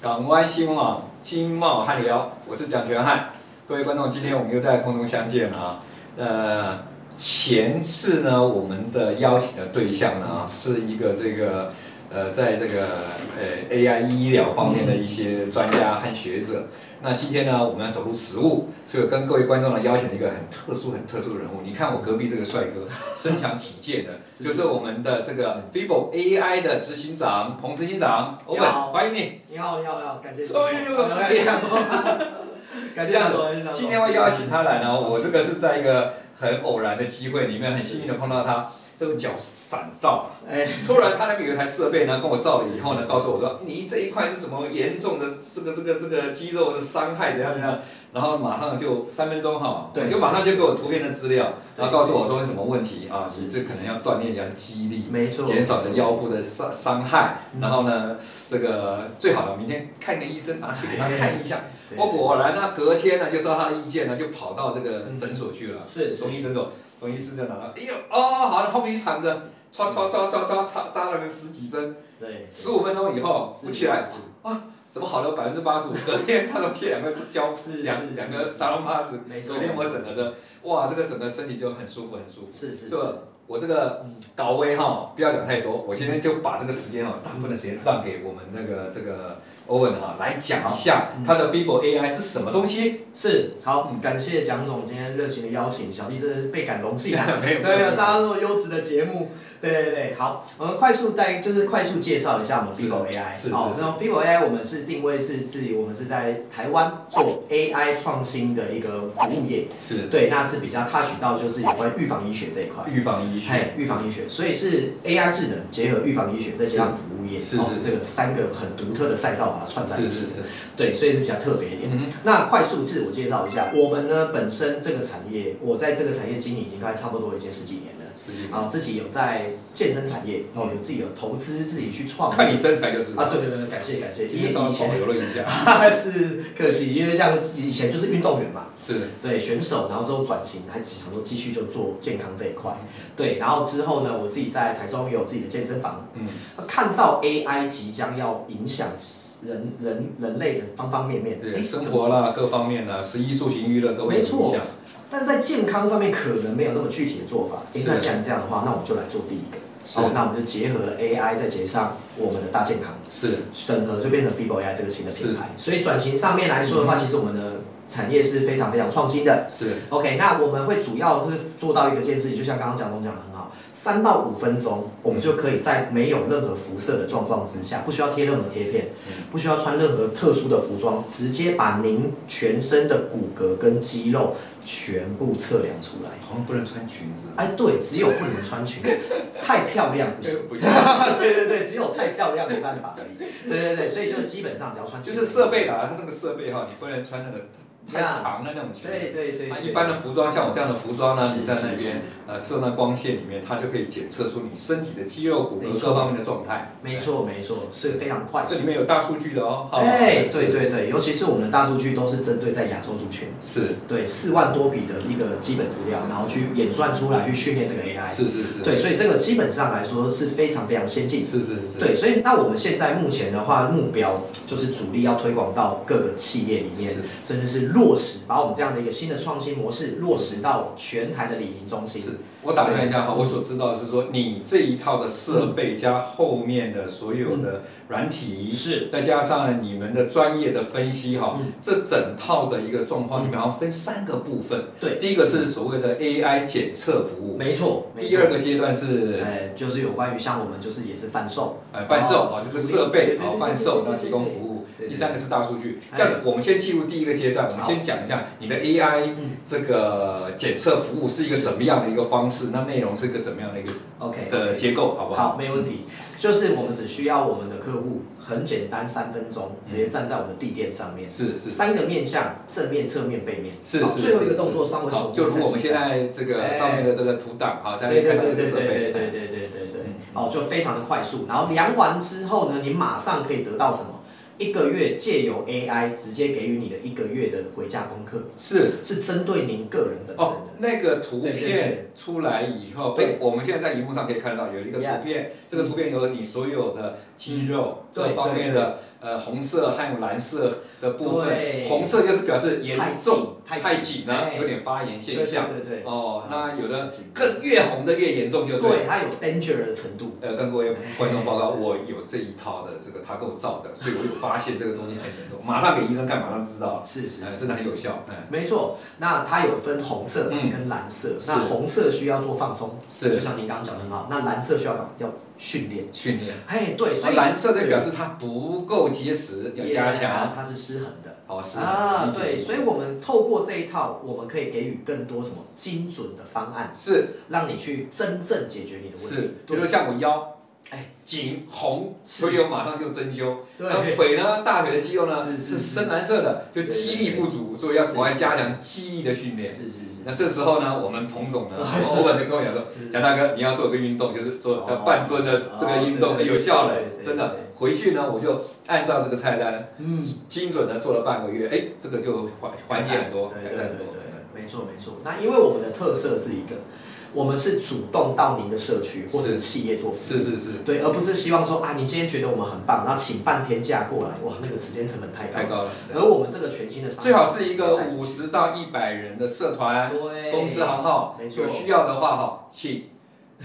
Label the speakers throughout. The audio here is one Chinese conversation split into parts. Speaker 1: 港湾新闻网经贸汉聊，我是蒋全汉。各位观众，今天我们又在空中相见了啊。呃，前次呢，我们的邀请的对象呢啊，是一个这个呃，在这个呃 AI 医疗方面的一些专家和学者。那今天呢，我们要走入实物，所以我跟各位观众呢邀请了一个很特殊、很特殊的人物。你看我隔壁这个帅 哥，身强体健的，就是我们的这个 Vivo AI 的执行长彭执行长
Speaker 2: 你好
Speaker 1: Owen，欢迎你。
Speaker 2: 你好，你好，你好，感谢你。
Speaker 1: 哎呦
Speaker 2: 感谢向总，感谢向总。
Speaker 1: 今天会邀请他来呢，我这个是在一个很偶然的机会里面，很幸运的碰到他，这个脚闪到，
Speaker 2: 哎，
Speaker 1: 突然他那边有一台设备呢，跟我照了以后呢，告诉我说你这一块是怎么严重的这个这个这个肌肉的伤害怎样怎样，然后马上就三分钟哈，
Speaker 2: 对
Speaker 1: 就马上就给我图片的资料，
Speaker 2: 对
Speaker 1: 然后告诉我说有什么问题啊，
Speaker 2: 是
Speaker 1: 你这可能要锻炼一下肌力。
Speaker 2: 没错，
Speaker 1: 减少你的腰部的伤伤害，
Speaker 2: 嗯
Speaker 1: 然后呢，这个最好的明天看个医生，拿
Speaker 2: 哎
Speaker 1: 去给他看一下。
Speaker 2: 对。
Speaker 1: 我果然呢，隔天呢就照他的意见呢，就跑到这个诊所去了，
Speaker 2: 嗯是
Speaker 1: 中医诊所，中医师就拿了，哎呦，哦，好了，后面就躺着，唰唰唰唰唰扎扎了个十几针，
Speaker 2: 对，
Speaker 1: 十五分钟以后
Speaker 2: 是
Speaker 1: 不起来，
Speaker 2: 是
Speaker 1: 怎么好了百分之八十五？ 隔天他都贴两个胶，
Speaker 2: 是是
Speaker 1: 两
Speaker 2: 是
Speaker 1: 两个沙龙 pass，
Speaker 2: 没错
Speaker 1: 昨天我整个的，哇，这个整个身体就很舒服，很舒服。
Speaker 2: 是是是
Speaker 1: 这个我这个
Speaker 2: 嗯
Speaker 1: 高危哈，不要讲太多，我今天就把这个时间哈，大部分的时间让给我们那个这个 Owen 哈来讲一下
Speaker 2: 嗯
Speaker 1: 他的 Vivo AI 是什么东西。
Speaker 2: 是好，感谢蒋总今天热情的邀请，小弟真的是倍感荣幸啊。
Speaker 1: 没有
Speaker 2: 对，有上到那么优质的节目，对对对，好，我们快速带就是快速介绍一下我们
Speaker 1: 是
Speaker 2: Vivo AI，
Speaker 1: 是
Speaker 2: 好，
Speaker 1: 是
Speaker 2: 那 Vivo AI 我们是定位是自己，我们是在台湾做 AI 创新的一个服务业，
Speaker 1: 是
Speaker 2: 对，那是比较 touch 到就是有关预防医学这一块。
Speaker 1: 预防医学，
Speaker 2: 嘿，预防医学，所以是 AI 智能结合预防医学，再加上服务业，
Speaker 1: 是是
Speaker 2: 哦
Speaker 1: 是
Speaker 2: 这个三个很独特的赛道把它串在一
Speaker 1: 是
Speaker 2: 起
Speaker 1: 是，是，
Speaker 2: 对，所以是比较特别一点。
Speaker 1: 嗯，
Speaker 2: 那快速自我介绍一下，我们呢本身这个产业，我在这个产业经营已经快差不多已经十几年了。
Speaker 1: 是是。
Speaker 2: 啊，自己有在健身产业，哦，有自己有投资，自己去创
Speaker 1: 看
Speaker 2: 业
Speaker 1: 你身材就知道。
Speaker 2: 啊，对对对，感谢感谢，
Speaker 1: 今
Speaker 2: 因为
Speaker 1: 天稍
Speaker 2: 以
Speaker 1: 微保
Speaker 2: 前
Speaker 1: 留了一下，
Speaker 2: 是客气，因为像以前就是运动员嘛，
Speaker 1: 是
Speaker 2: 对选手，然后之后转型，还想说继续就做健康这一块，对，然后之后呢，我自己在台中也有自己的健身房，呃
Speaker 1: 嗯，
Speaker 2: 看到 AI 即将要影响人人人类的方方面面，
Speaker 1: 对
Speaker 2: 诶
Speaker 1: 生
Speaker 2: 哎怎么
Speaker 1: 活啦各方面啦，食衣住行娱乐都会有
Speaker 2: 没错
Speaker 1: 影响。
Speaker 2: 但在健康上面可能没有那么具体的做法。诶，
Speaker 1: 是
Speaker 2: 那既然这样的话，那我们就来做第一个。
Speaker 1: 是
Speaker 2: 好，那我们就结合了 AI，再结上我们的大健康，
Speaker 1: 是
Speaker 2: 整合就变成 Vivo AI 这个新的品牌。所以转型上面来说的
Speaker 1: 嗯
Speaker 2: 话，其实我们的产业是非常非常创新的。
Speaker 1: 是
Speaker 2: OK，那我们会主要是做到一个件事情，就像刚刚蒋总讲的很好，三到五分钟，我们就可以在没有任何辐射的状况之下，不需要贴任何贴片
Speaker 1: 嗯，
Speaker 2: 不需要穿任何特殊的服装，直接把您全身的骨骼跟肌肉全部测量出来。
Speaker 1: 好像不能穿裙子。
Speaker 2: 哎，对，只有不能穿 裙子，太漂亮不行。
Speaker 1: 不行，
Speaker 2: 对对对，只有太漂亮没办法而已。对对对，所以就基本上只要穿，
Speaker 1: 就是设。备啦，它那个设备哈，你不能穿那个太长的那种裙
Speaker 2: 对
Speaker 1: 子。
Speaker 2: 对对
Speaker 1: 啊，一般的服装像我这样的服装呢，
Speaker 2: 是
Speaker 1: 你在那
Speaker 2: 是是
Speaker 1: 边呃射那光线里面，它就可以检测出你身体的肌肉、骨
Speaker 2: 没
Speaker 1: 骼
Speaker 2: 错
Speaker 1: 各方面的状态。
Speaker 2: 没错没错，是非常快
Speaker 1: 哎，
Speaker 2: 速
Speaker 1: 这里。面有大数据的哦。哈
Speaker 2: 哎，对，对对，尤其是我们的大数据都是针对在亚洲族群，
Speaker 1: 是
Speaker 2: 对四万多笔的一个基本资料，然后去演算出来去训练这个 AI，
Speaker 1: 是是是，
Speaker 2: 对，所以这个基本上来说是非常非常先进。
Speaker 1: 是是是是，
Speaker 2: 对，所以那我们现在目前的话，目标就是主力要推广到各个企业里面
Speaker 1: 是，
Speaker 2: 甚至是落实把我们这样的一个新的创新模式落实到全台的礼仪中心。
Speaker 1: 是，我打断一下哈，我所知道的是说，你这一套的设
Speaker 2: 嗯
Speaker 1: 备加后面的所有的软体，
Speaker 2: 是
Speaker 1: 再加上你们的专业的分析哈
Speaker 2: 嗯，
Speaker 1: 这整套的一个状况，你们好像分三个部分。
Speaker 2: 对，
Speaker 1: 第一个是所谓的 AI 检测服务，
Speaker 2: 没错，没
Speaker 1: 第
Speaker 2: 错
Speaker 1: 二。个阶段是
Speaker 2: 呃，就是有关于像我们就是也是贩售，
Speaker 1: 呃贩售啊，
Speaker 2: 哦
Speaker 1: 这个设备
Speaker 2: 对对对
Speaker 1: 啊
Speaker 2: 对
Speaker 1: 贩售，
Speaker 2: 对
Speaker 1: 那
Speaker 2: 对对
Speaker 1: 提供服务。
Speaker 2: 对对
Speaker 1: 第三个是大数据。
Speaker 2: 哎
Speaker 1: 这样，我们先进入第一个阶段，我们
Speaker 2: 好
Speaker 1: 先讲一下你的 AI
Speaker 2: 嗯
Speaker 1: 这个检测服务是一个怎么样的一个方式，那内容是一个怎么样的一个
Speaker 2: ，OK
Speaker 1: 的结构，好不好？
Speaker 2: 好，没问题。就是我们只需要我们的客户很简单，三分钟直接站在我们的地垫上面，
Speaker 1: 是是
Speaker 2: 三个面向，正面、侧面、背面。
Speaker 1: 是
Speaker 2: 好
Speaker 1: 是
Speaker 2: 最后一
Speaker 1: 是
Speaker 2: 个动作稍微手
Speaker 1: 好，
Speaker 2: 动
Speaker 1: 就如
Speaker 2: 一下
Speaker 1: 我们现在这个
Speaker 2: 哎
Speaker 1: 上面的这个图档，好，大家可
Speaker 2: 对
Speaker 1: 以
Speaker 2: 对
Speaker 1: 看到
Speaker 2: 对
Speaker 1: 这
Speaker 2: 对
Speaker 1: 个
Speaker 2: 对
Speaker 1: 设
Speaker 2: 对
Speaker 1: 备。
Speaker 2: 对对对对对，哦，就非常的快速。然后量完之后呢，你马上可以得到什么？一个月借由 AI 直接给予你的一个月的回家功课，
Speaker 1: 是
Speaker 2: 是针对您个人本身
Speaker 1: 哦
Speaker 2: 的。，
Speaker 1: 那个图
Speaker 2: 对对
Speaker 1: 片
Speaker 2: 对
Speaker 1: 出来以后，哎
Speaker 2: 对，
Speaker 1: 我们现在在荧幕上可以看到有一个
Speaker 2: Yeah
Speaker 1: 图片，这个图片有你所有的肌肉
Speaker 2: 对
Speaker 1: 各方面的呃红色还有蓝色的部分，
Speaker 2: 对
Speaker 1: 红色就是表示严
Speaker 2: 太紧
Speaker 1: 重，
Speaker 2: 太紧
Speaker 1: 太紧了，
Speaker 2: 哎
Speaker 1: 有点发炎现象。
Speaker 2: 对嗯对对
Speaker 1: 哦，那有的
Speaker 3: 太紧
Speaker 1: 更越红的越严重就
Speaker 2: 对，
Speaker 1: 对了。
Speaker 2: 对它有 danger 的程度。
Speaker 1: 呃，跟各位观众报告，我有这一套的这个他给我造的，所以我有发现这个东西很严重，马上给医生看，马上知道，
Speaker 2: 是是
Speaker 1: 呃，是很有效，哎，
Speaker 2: 没错，那它有分红色
Speaker 1: 嗯
Speaker 2: 跟蓝色，
Speaker 1: 是
Speaker 2: 那红色需要做放松，
Speaker 1: 是
Speaker 2: 就像您刚刚讲的很好，那蓝色需要搞要训练。
Speaker 1: 训练。
Speaker 2: 哎，对，所
Speaker 1: 嗯
Speaker 2: 以
Speaker 1: 蓝色就表示它不够结实，要加强。
Speaker 2: 它是失衡的。
Speaker 1: 好，是
Speaker 2: 啊，对，所
Speaker 1: 以
Speaker 2: 以我们透过这一套，我们可以给予更多什么精准的方案，
Speaker 1: 是
Speaker 2: 让你去真正解决你的问题。
Speaker 1: 是，比
Speaker 2: 对
Speaker 1: 如说像我腰，
Speaker 2: 哎，
Speaker 1: 紧红，
Speaker 2: 是
Speaker 1: 所以我马上就针灸。
Speaker 2: 对
Speaker 1: 然后腿呢，大腿的肌肉呢
Speaker 2: 是是
Speaker 1: 是
Speaker 2: 是
Speaker 1: 深蓝色的，就
Speaker 2: 对
Speaker 1: 肌
Speaker 2: 对
Speaker 1: 力
Speaker 2: 对
Speaker 1: 不足，所以要
Speaker 2: 是
Speaker 1: 赶快
Speaker 2: 是
Speaker 1: 加
Speaker 2: 是
Speaker 1: 强肌力的训练。
Speaker 2: 是是是，
Speaker 1: 那这时候呢，我们彭总呢， 偶尔就跟我讲说，蒋大哥，你要做一个运动，就是做这半蹲的这个运动，
Speaker 2: 嗯哦
Speaker 1: 哎有效了
Speaker 2: 对对，对
Speaker 1: 真的
Speaker 2: 对。
Speaker 1: 回去呢，我就按照这个菜单，
Speaker 2: 嗯，
Speaker 1: 精准的做了半个月，哎，这个就缓缓解很多，
Speaker 2: 对
Speaker 1: 改
Speaker 2: 对对
Speaker 1: 善很
Speaker 2: 对
Speaker 1: 多。
Speaker 2: 对，没错没错。那因为我们的特色是一个，我们是主动到您的社区或者
Speaker 1: 是
Speaker 2: 企业做服务。
Speaker 1: 是是是，
Speaker 2: 对，而不是希望说啊，你今天觉得我们很棒，然后请半天假过来，哇，那个时间成本太高。
Speaker 1: 太高了。
Speaker 2: 而我们这个全新的商品
Speaker 1: 最好是一个五十到一百人的社团，
Speaker 2: 对
Speaker 1: 公司行号，
Speaker 2: 没错
Speaker 1: 有需要的话哈，请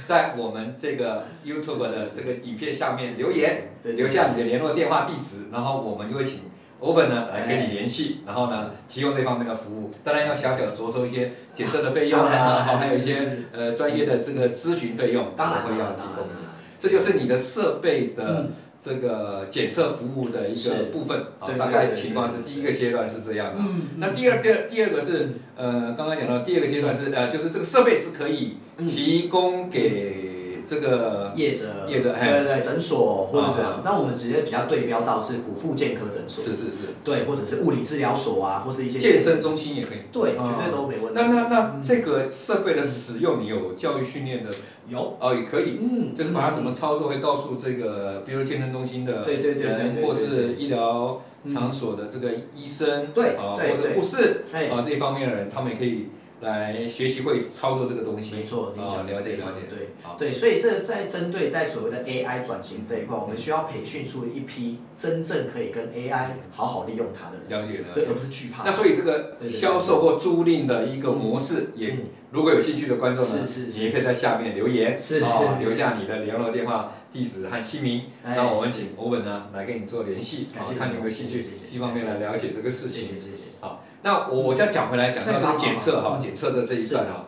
Speaker 1: 在我们这 个 YouTube 的
Speaker 2: 是是
Speaker 1: 这个影片下面
Speaker 2: 是
Speaker 1: 留言，
Speaker 2: 是是对
Speaker 1: 留下你的联络电话地址，然后我们就会请 Open 呢来
Speaker 2: 哎
Speaker 1: 跟你联系，然后呢提供这方面的服务。当然要小小着收一 些检测的费用
Speaker 2: 当然
Speaker 1: 啊，
Speaker 2: 当然
Speaker 1: 还有一
Speaker 2: 是是
Speaker 1: 些
Speaker 2: 是
Speaker 1: 呃专业的这个咨询费用，
Speaker 2: 当然
Speaker 1: 会要提供
Speaker 2: 当然当
Speaker 1: 你
Speaker 2: 然。
Speaker 1: 这就是你的设备的
Speaker 2: 嗯
Speaker 1: 这个检测服务的一
Speaker 2: 是
Speaker 1: 个部分啊
Speaker 2: 对，对
Speaker 1: 大概
Speaker 2: 对对
Speaker 1: 情况是
Speaker 2: 对
Speaker 1: 第一个阶段是这样的。
Speaker 2: 嗯
Speaker 1: 那第二第二第二个是呃，刚刚讲到第二个阶段是呃，就是这个设备是可以
Speaker 2: 嗯
Speaker 1: 提供给这个
Speaker 2: 业者
Speaker 1: 业者嘿哎
Speaker 2: 对对对，诊所或者是这
Speaker 1: 啊
Speaker 2: 样。那我们直接比较对标到是骨复健科诊所，
Speaker 1: 是是是
Speaker 2: 对，或者是物理治疗所啊，或嗯是一些
Speaker 1: 健身中心也可以。
Speaker 2: 对，
Speaker 1: 啊
Speaker 2: 绝对都没问题。嗯
Speaker 1: 那那那这个设备的使用，你有教育训练的
Speaker 2: 有，
Speaker 1: 哦，也可以，
Speaker 2: 嗯
Speaker 1: 就是把它怎么操作会告诉这个，比如健身中心的
Speaker 2: 对对对对对
Speaker 1: 人，
Speaker 2: 对
Speaker 1: 或
Speaker 2: 对嗯
Speaker 1: 是医疗场所的这个医生，
Speaker 2: 对
Speaker 1: 啊，
Speaker 2: 对
Speaker 1: 或者
Speaker 2: 对
Speaker 1: 护士
Speaker 2: 哎
Speaker 1: 啊这一方面的人，他们也可以来学习会操作这个东西。
Speaker 2: 没错，您
Speaker 1: 啊
Speaker 2: 讲，得
Speaker 1: 了解了解
Speaker 2: 非常，对
Speaker 1: 好
Speaker 2: 对，所以这在针对在所谓的 AI 转型这一块，我们需要培训出一批真正可以跟 AI 好好利用它的人，
Speaker 1: 了解了解
Speaker 2: 对，。而不是惧怕。
Speaker 1: 那所以这个销售或租赁的一个模式，也
Speaker 2: 嗯
Speaker 1: 如果有兴趣的观众呢，
Speaker 2: 是是是
Speaker 1: 你也可以在下面留言，
Speaker 2: 是
Speaker 1: 哦
Speaker 2: 是
Speaker 1: 留下你的联络电话、地址和姓名，
Speaker 2: 哎
Speaker 1: 那我们
Speaker 2: 是
Speaker 1: 请欧文呢来跟你做联系，
Speaker 2: 感
Speaker 1: 啊
Speaker 2: 谢
Speaker 1: 看你
Speaker 2: 谢
Speaker 1: 有
Speaker 2: 谢
Speaker 1: 没有兴趣
Speaker 2: 谢谢谢谢
Speaker 1: 一方面来了解这个事
Speaker 2: 谢谢
Speaker 1: 情。
Speaker 2: 谢谢，
Speaker 1: 好，那我我再讲回来，讲到这个检测哈，
Speaker 2: 嗯
Speaker 1: 检测的这一段哈，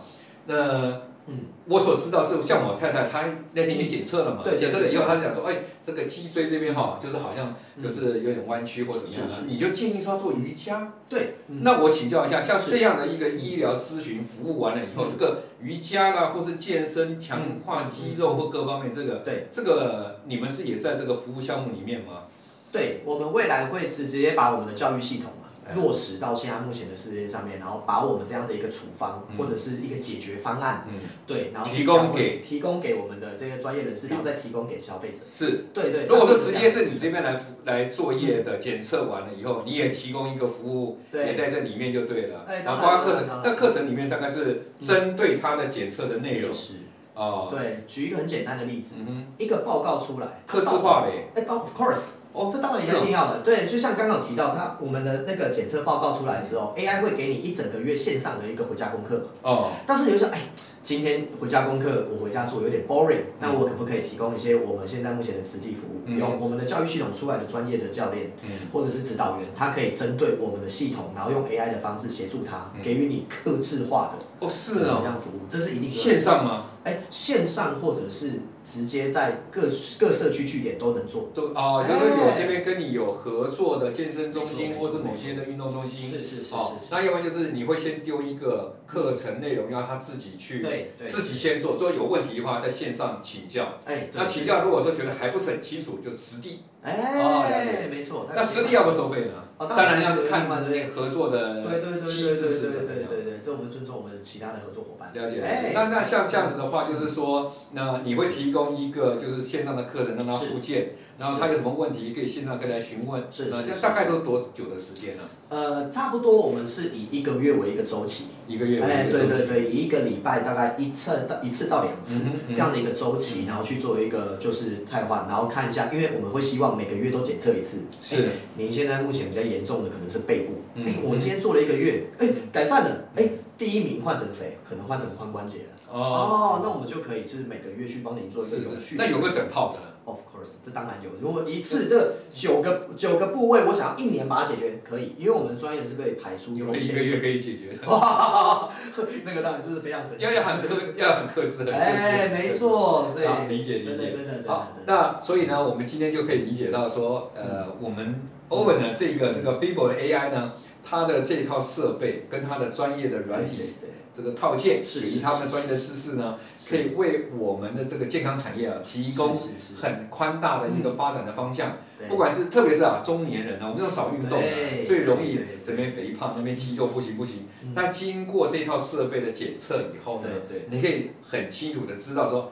Speaker 1: 那。
Speaker 2: 嗯，
Speaker 1: 我所知道是像我太太，她那天也检测了嘛，
Speaker 2: 对对
Speaker 1: 检测了以后，
Speaker 2: 对
Speaker 1: 她讲说，哎，这个脊椎这边哈，就是好像就是有点弯曲或怎么样
Speaker 2: 嗯是
Speaker 1: 的
Speaker 2: 是，是
Speaker 1: 你就建议说做瑜伽，
Speaker 2: 对，嗯
Speaker 1: 那我请教一下，像
Speaker 2: 是
Speaker 1: 这样的一个医疗咨询服务完了以后，
Speaker 2: 嗯
Speaker 1: 这个瑜伽啦，或是健身、强化肌肉或各方面，这个
Speaker 2: 对
Speaker 1: 这个你们是也在这个服务项目里面吗？
Speaker 2: 对，我们未来会是直接把我们的教育系统啊
Speaker 1: 哎
Speaker 2: 落实到现在目前的世界上面，然后把我们这样的一个处方
Speaker 1: 嗯
Speaker 2: 或者是一个解决方案，
Speaker 1: 嗯，
Speaker 2: 对，然后
Speaker 1: 提供
Speaker 2: 去教会
Speaker 1: 给
Speaker 2: 提供给我们的这些专业人士，然后再提供给消费者。
Speaker 1: 是。
Speaker 2: 对对，
Speaker 1: 如果说
Speaker 2: 它
Speaker 1: 直
Speaker 2: 这
Speaker 1: 接
Speaker 2: 样
Speaker 1: 是你这边来服来作业的检测完了以后，你也提供一个服务，
Speaker 2: 嗯对
Speaker 1: 也在这里面就对了。
Speaker 2: 哎
Speaker 1: 然
Speaker 2: 当然
Speaker 1: 后包括课
Speaker 2: 当然当
Speaker 1: 程，
Speaker 2: 然
Speaker 1: 那课程里面大概是针对它的检测的内容
Speaker 2: 是
Speaker 1: 哦，
Speaker 2: 对，举一个很简单的例子，
Speaker 1: 嗯哼，
Speaker 2: 一个报告出来，
Speaker 1: 客制化的耶
Speaker 2: 哎，当 of course，
Speaker 1: 哦
Speaker 2: 这当然
Speaker 1: 是
Speaker 2: 一
Speaker 1: 哦
Speaker 2: 定要的。对，就像刚刚有提到，它我们的那个检测报告出来之后，AI 会给你一整个月线上的一个回家功课嘛。
Speaker 1: 哦，
Speaker 2: 但是你就说，哎，今天回家功课我回家做有点 boring，那我可不可以提供一些我们现在目前的实地服务？
Speaker 1: 嗯
Speaker 2: 有我们的教育系统出来的专业的教练
Speaker 1: 嗯，
Speaker 2: 或者是指导员，他可以针对我们的系统，然后用 AI 的方式协助他，
Speaker 1: 嗯
Speaker 2: 给予你客制化的
Speaker 1: 哦是
Speaker 2: 怎么
Speaker 1: 哦，
Speaker 2: 样服务，这是一定的
Speaker 1: 线上吗？
Speaker 2: 哎，线上或者是直接在各各社区据点都能做。
Speaker 1: 都哦，就是有
Speaker 2: 哎
Speaker 1: 这边跟你有合作的健身中心，
Speaker 2: 没
Speaker 1: 或
Speaker 2: 错
Speaker 1: 是某
Speaker 2: 没错
Speaker 1: 些的运动中心。
Speaker 2: 是
Speaker 1: 哦，那要不然就是你会先丢一个课程内容，让他自己去，
Speaker 2: 对对
Speaker 1: 自己先做，做有问题的话在线上请教。
Speaker 2: 哎，对
Speaker 1: 那请教，如果说觉得还不是很清楚，就实地。哦了
Speaker 2: 哎
Speaker 1: 解，
Speaker 2: 没错。
Speaker 1: 那实地要不要收费呢？
Speaker 2: 哦
Speaker 1: 当
Speaker 2: 当然
Speaker 1: 然要是看
Speaker 2: 另外的那
Speaker 1: 合作的
Speaker 2: 对对对对
Speaker 1: 机
Speaker 2: 对
Speaker 1: 制
Speaker 2: 对
Speaker 1: 是
Speaker 2: 对
Speaker 1: 怎么
Speaker 2: 对
Speaker 1: 样。
Speaker 2: 对对，这我们尊重我们其他的合作伙伴。
Speaker 1: 了解了解
Speaker 2: 哎，，
Speaker 1: 那那像这样子的话，就是说，那你会提供一个就是线上的课程让他复健，然后他有什么问题可以线上可以来询问，
Speaker 2: 是
Speaker 1: 呃
Speaker 2: 是
Speaker 1: 这
Speaker 2: 是
Speaker 1: 大概都多久的时间呢？
Speaker 2: 呃，差不多我们是以一个月为一个周期，
Speaker 1: 一个月吗？
Speaker 2: 哎，
Speaker 1: 一个周
Speaker 2: 对
Speaker 1: 期
Speaker 2: 对对，以一个礼拜大概一次到一次到两
Speaker 1: 嗯
Speaker 2: 次、
Speaker 1: 哼嗯哼
Speaker 2: 这样的一个周期，然后去做一个就是汰换，然后看一下，因为我们会希望每个月都检测一次。
Speaker 1: 是
Speaker 2: 哎您现在目前比较严重的可能是背部，
Speaker 1: 嗯
Speaker 2: 哎我们之前做了一个月，哎，改善了，哎，第一名换成谁？可能换成髋关节了。
Speaker 1: 哦，
Speaker 2: 哦，那我们就可以就是每个月去帮您做一个
Speaker 1: 是是，
Speaker 2: 有序。
Speaker 1: 那有没有整套的呢？
Speaker 2: Of course，这当然有。如果一次这九个九个部位，我想要一年把它解决，可以，因为我们的专业人是可以排出
Speaker 1: 有
Speaker 2: 优
Speaker 1: 没有一
Speaker 2: 先
Speaker 1: 个月
Speaker 2: 顺
Speaker 1: 可以解决的，
Speaker 2: 哇， 那个当然就是非常神奇。
Speaker 1: 要要很克，要很克制，很克制。
Speaker 2: 哎，没错，所以
Speaker 1: 好理解理
Speaker 2: 真
Speaker 1: 解
Speaker 2: 的真的真
Speaker 1: 好
Speaker 2: 的真，的。
Speaker 1: 那所以呢，我们今天就可以理解到说，呃，我
Speaker 2: 嗯
Speaker 1: 们 Owen 呢这个这个 Fibo 的 AI 呢，它的这套设备跟它的专业的软体
Speaker 2: 对
Speaker 1: 这个套件，
Speaker 2: 是
Speaker 1: 以
Speaker 2: 是
Speaker 1: 及他们的专业的知识呢，可以为我们的这个健康产业啊提供
Speaker 2: 是是是嗯
Speaker 1: 很宽大的一个发展的方向。
Speaker 2: 对
Speaker 1: 不管是特别是啊中年人啊，我们这种少运动的，
Speaker 2: 对
Speaker 1: 最容易
Speaker 2: 对对
Speaker 1: 这边肥胖，那边肌肉不行不行
Speaker 2: 嗯。
Speaker 1: 但经过这套设备的检测以后呢，
Speaker 2: 对对
Speaker 1: 你可以很清楚的知道说，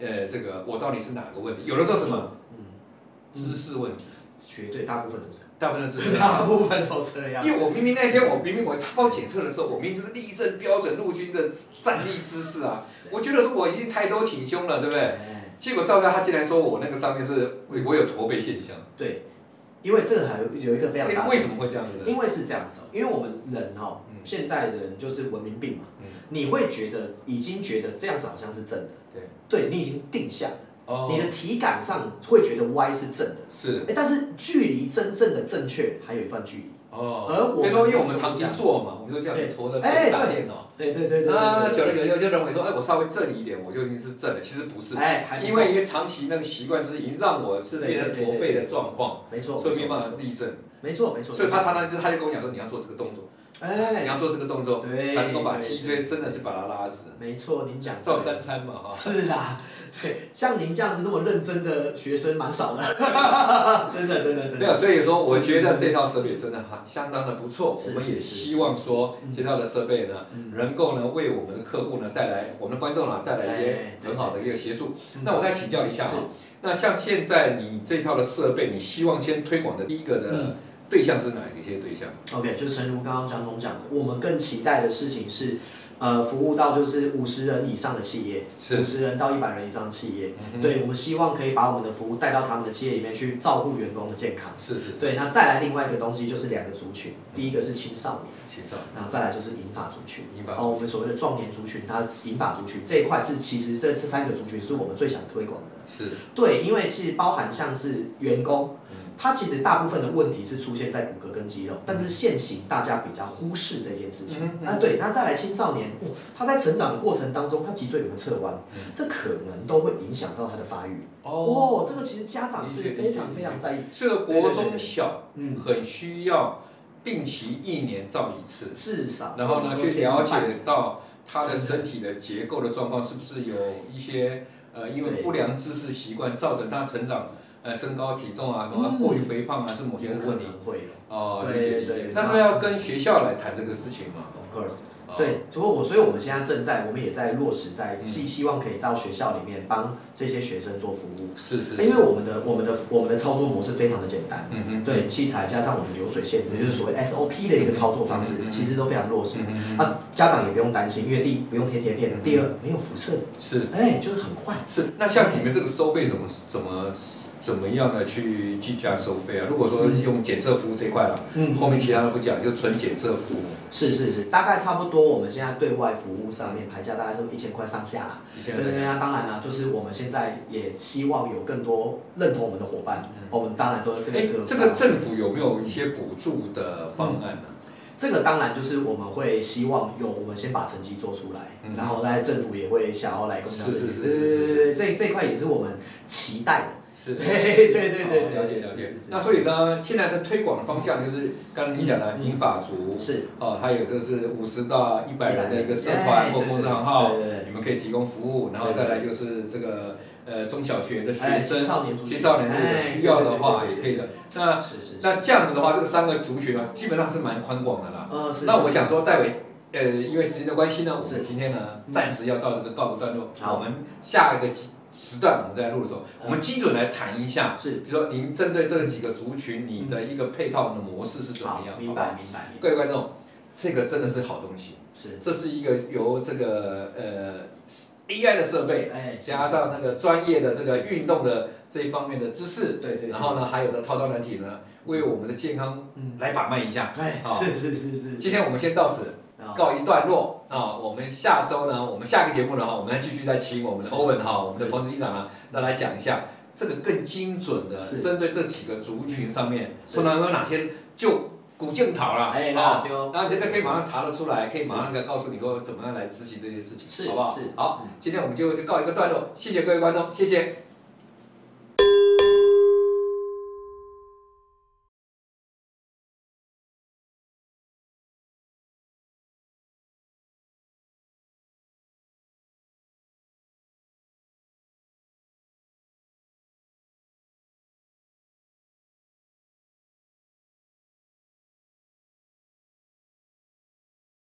Speaker 1: 呃，这个我到底是哪个问题？有的时候什么
Speaker 2: 嗯，
Speaker 1: 知识问题，
Speaker 2: 绝对大部分都是
Speaker 1: 大部分都是知
Speaker 2: 这样，
Speaker 1: 识。
Speaker 2: 大部分都这样
Speaker 1: 因。为我明明那天我明明我套检测的时候，我明明就是立正标准陆军的站立姿势啊，我觉得说我已经抬头挺胸了，对不对？
Speaker 2: 哎
Speaker 1: 结果照着他竟然说我那个上面是我我有驼背现象，
Speaker 2: 对，因为这个还有有一个非常大
Speaker 1: 哎
Speaker 2: 的
Speaker 1: 为什么会这样子呢？
Speaker 2: 因为是这样子哦，因为我们人哈、
Speaker 1: 嗯
Speaker 2: 现代的人就是文明病嘛，
Speaker 1: 嗯
Speaker 2: 你会觉得已经觉得这样子好像是正的，
Speaker 1: 对，
Speaker 2: 对你已经定下了，
Speaker 1: 哦
Speaker 2: 你的体感上会觉得 Y 是正的，
Speaker 1: 是
Speaker 2: 哎，但是距离真正的正确还有一段距离。
Speaker 1: 哦，
Speaker 2: 而我
Speaker 1: 比如说因为我们长期做嘛，我们都这
Speaker 2: 对
Speaker 1: 样头的
Speaker 2: 哎
Speaker 1: 打
Speaker 2: 对
Speaker 1: 电脑，
Speaker 2: 对对对对
Speaker 1: 那
Speaker 2: 对
Speaker 1: 久了久了就认为说，哎，我稍微正一点，我就已经是正了，其实不是
Speaker 2: 对，，哎，还不够
Speaker 1: 因为因为长期那个习惯是已经让我是变成驼背的状况，
Speaker 2: 没错，
Speaker 1: 所以没办法
Speaker 2: 错，
Speaker 1: 立正，
Speaker 2: 没错没错，
Speaker 1: 所以他常常就他就跟我讲说，你要做这个动作，你
Speaker 2: 哎，
Speaker 1: 要做这个动作，
Speaker 2: 对
Speaker 1: 才能够把
Speaker 2: 对
Speaker 1: 脊
Speaker 2: 对
Speaker 1: 椎真的是把它拉直，
Speaker 2: 没错，您讲
Speaker 1: 照
Speaker 2: 对
Speaker 1: 三餐嘛哈。
Speaker 2: 是啦，对，像您这样子那么认真的学生蛮少的， 真的真的真
Speaker 1: 没有，
Speaker 2: 的，
Speaker 1: 所以说我
Speaker 2: 是是
Speaker 1: 觉得
Speaker 2: 是
Speaker 1: 这套设备真的很相当的不错，
Speaker 2: 是
Speaker 1: 我们
Speaker 2: 是
Speaker 1: 也
Speaker 2: 是嗯
Speaker 1: 希望说
Speaker 2: 是
Speaker 1: 这套的设备呢，能够呢为我们的客户呢带来我们的观众啊带来一些
Speaker 2: 哎对
Speaker 1: 很好的一个协助
Speaker 2: 嗯。
Speaker 1: 那我再请教一下
Speaker 2: 是
Speaker 1: 哈，那像现在你这套的设备，你希望先推广的第一个的
Speaker 2: 嗯
Speaker 1: 对象是哪一些对象？
Speaker 2: OK，就诚如刚刚张总讲的，我们更期待的事情是，呃，服务到就是五十人以上的企业，
Speaker 1: 是
Speaker 2: 五十人到一百人以上的企业，
Speaker 1: 嗯哼
Speaker 2: 对我们希望可以把我们的服务带到他们的企业里面去，照顾员工的健康。
Speaker 1: 是是是，
Speaker 2: 对，那再来另外一个东西就是两个族群，
Speaker 1: 嗯
Speaker 2: 第一个是青少年，
Speaker 1: 请上。
Speaker 2: 然后再来就是银发族群。
Speaker 1: 银发族群
Speaker 2: 哦，我们所谓的壮年族群，它银发族群这一块是其实这这三个族群是我们最想推广的。
Speaker 1: 是
Speaker 2: 对，因为其实包含像是员工
Speaker 1: 嗯，
Speaker 2: 他其实大部分的问题是出现在骨骼跟肌肉，但是现行大家比较忽视这件事情
Speaker 1: 嗯。嗯
Speaker 2: 啊，对，那再来青少年，哦他在成长的过程当中，他脊椎有没有侧弯，
Speaker 1: 嗯
Speaker 2: 这可能都会影响到他的发育。
Speaker 1: 哦，
Speaker 2: 哦，这个其实家长是非常非常在意。
Speaker 1: 所以说
Speaker 2: 对对
Speaker 1: 国
Speaker 2: 对
Speaker 1: 中
Speaker 2: 对
Speaker 1: 小
Speaker 2: 嗯
Speaker 1: 很需要定期一年照一次。
Speaker 2: 至少，
Speaker 1: 然后呢，去了解到他的身体的结构的状况是不是有一些呃，因为
Speaker 2: 对
Speaker 1: 不良知识习惯造成他成长呃身高体重啊，什么
Speaker 2: 嗯
Speaker 1: 过于肥胖啊，是某
Speaker 2: 我
Speaker 1: 些
Speaker 2: 觉得
Speaker 1: 问
Speaker 2: 可
Speaker 1: 题。
Speaker 2: 能会有
Speaker 1: 哦，理
Speaker 2: 对
Speaker 1: 解理
Speaker 2: 对
Speaker 1: 解
Speaker 2: 对。
Speaker 1: 那这要跟学校来谈这个事情嘛？
Speaker 2: ，of course。
Speaker 1: 哦，嗯
Speaker 2: 对，只不过我，所以我们现在正在，我们也在落实在，希希望可以到学校里面帮这些学生做服务。
Speaker 1: 是是。
Speaker 2: 因为我们的我们的我们的操作模式非常的简单，
Speaker 1: 嗯哼，
Speaker 2: 对器材加上我们流水线，也就是所谓 SOP 的一个操作方式，其实都非常落实。啊，家长也不用担心，因为第一不用贴贴片，第二没有辐射，
Speaker 1: 是
Speaker 2: 哎，就是很快。
Speaker 1: 是。那像你们这个收费怎么怎么怎么样的去计价收费啊？如果说用检测服务这一块了，
Speaker 2: 嗯
Speaker 1: 后面其他的不讲，就纯检测服务。
Speaker 2: 是是是，大概差不多，我们现在对外服务上面牌价大概是一千块上下啦。
Speaker 1: 你
Speaker 2: 对
Speaker 1: 现在
Speaker 2: 对对，那当然啦，就是我们现在也希望有更多认同我们的伙伴，哦我们当然都是这
Speaker 1: 哎
Speaker 2: 个，
Speaker 1: 这个政府有没有一些补助的方案呢、
Speaker 2: 这个当然就是我们会希望有，我们先把成绩做出来，
Speaker 1: 嗯
Speaker 2: 然后在政府也会想要来跟我
Speaker 1: 是
Speaker 2: 们
Speaker 1: 是是
Speaker 2: 对
Speaker 1: 是是
Speaker 2: 对对对，这这一块也是我们期待的。
Speaker 1: 是
Speaker 2: 对对对对，
Speaker 1: 了解了
Speaker 2: 嗯哦是
Speaker 1: 解
Speaker 2: 是。是
Speaker 1: 那所以呢，现在的推广的方向就是刚刚你讲的
Speaker 2: 嗯嗯
Speaker 1: 民法族，
Speaker 2: 是
Speaker 1: 哦，它有时候是五十到一百人的一个社团
Speaker 2: 哎
Speaker 1: 或
Speaker 2: 对对
Speaker 1: 公司行号
Speaker 2: 对对对，
Speaker 1: 你们可以提供服务，然后再来就是这个呃中小学的学
Speaker 2: 哎
Speaker 1: 生、
Speaker 2: 青少年族群
Speaker 1: 青少年如果有需要的话
Speaker 2: 哎
Speaker 1: 也
Speaker 2: 对
Speaker 1: 可以
Speaker 2: 对对对
Speaker 1: 的。那
Speaker 2: 是是是，
Speaker 1: 那这样子的话，这个三个族群啊，基本上是蛮宽广的啦。
Speaker 2: 呃是，
Speaker 1: 那我
Speaker 2: 是
Speaker 1: 想说，戴伟，呃，因为时间的关系呢，我
Speaker 2: 是
Speaker 1: 们今天呢
Speaker 2: 嗯
Speaker 1: 暂时要到这个告个段落。
Speaker 2: 好嗯
Speaker 1: 我们下一个集时段我们在录的时候，我们精准来谈一下，
Speaker 2: 是
Speaker 1: 比如说您针对这几个族群，你的一个配套的模式是怎么样？
Speaker 2: 嗯好明
Speaker 1: 好吧。
Speaker 2: 白明白，明白
Speaker 1: 各位观众，这个真的是好东西，
Speaker 2: 是
Speaker 1: 这是一个由这个呃 AI 的设备，
Speaker 2: 哎是
Speaker 1: 加上那
Speaker 2: 是是
Speaker 1: 个专业的这个
Speaker 2: 是是
Speaker 1: 运动的这一方面的知识，
Speaker 2: 对对对
Speaker 1: 然后呢，还有这套装软体呢，为我们的健康
Speaker 2: 嗯
Speaker 1: 来把脉一下。
Speaker 2: 哎
Speaker 1: 好
Speaker 2: 是是是是，
Speaker 1: 今天我们先到此
Speaker 2: 啊
Speaker 1: 告一段落啊，我们下周呢，我们下个节目呢哈，我们继续再请我们的
Speaker 2: 是
Speaker 1: Owen 哈，我们的
Speaker 2: 是
Speaker 1: 彭执行长呢，再来讲一下这个更精准的，
Speaker 2: 是嗯
Speaker 1: 针对这几个族群上面，
Speaker 2: 是
Speaker 1: 通常有哪些就古剑讨了，
Speaker 2: 哎
Speaker 1: 啊
Speaker 2: 那丢，
Speaker 1: 然后这个可以马上查得出来，可以马上来告诉你说怎么样来执行这些事情，
Speaker 2: 是
Speaker 1: 好不好？
Speaker 2: 是
Speaker 1: 好，今天我们就就告一个段落，谢谢各位观众，谢谢。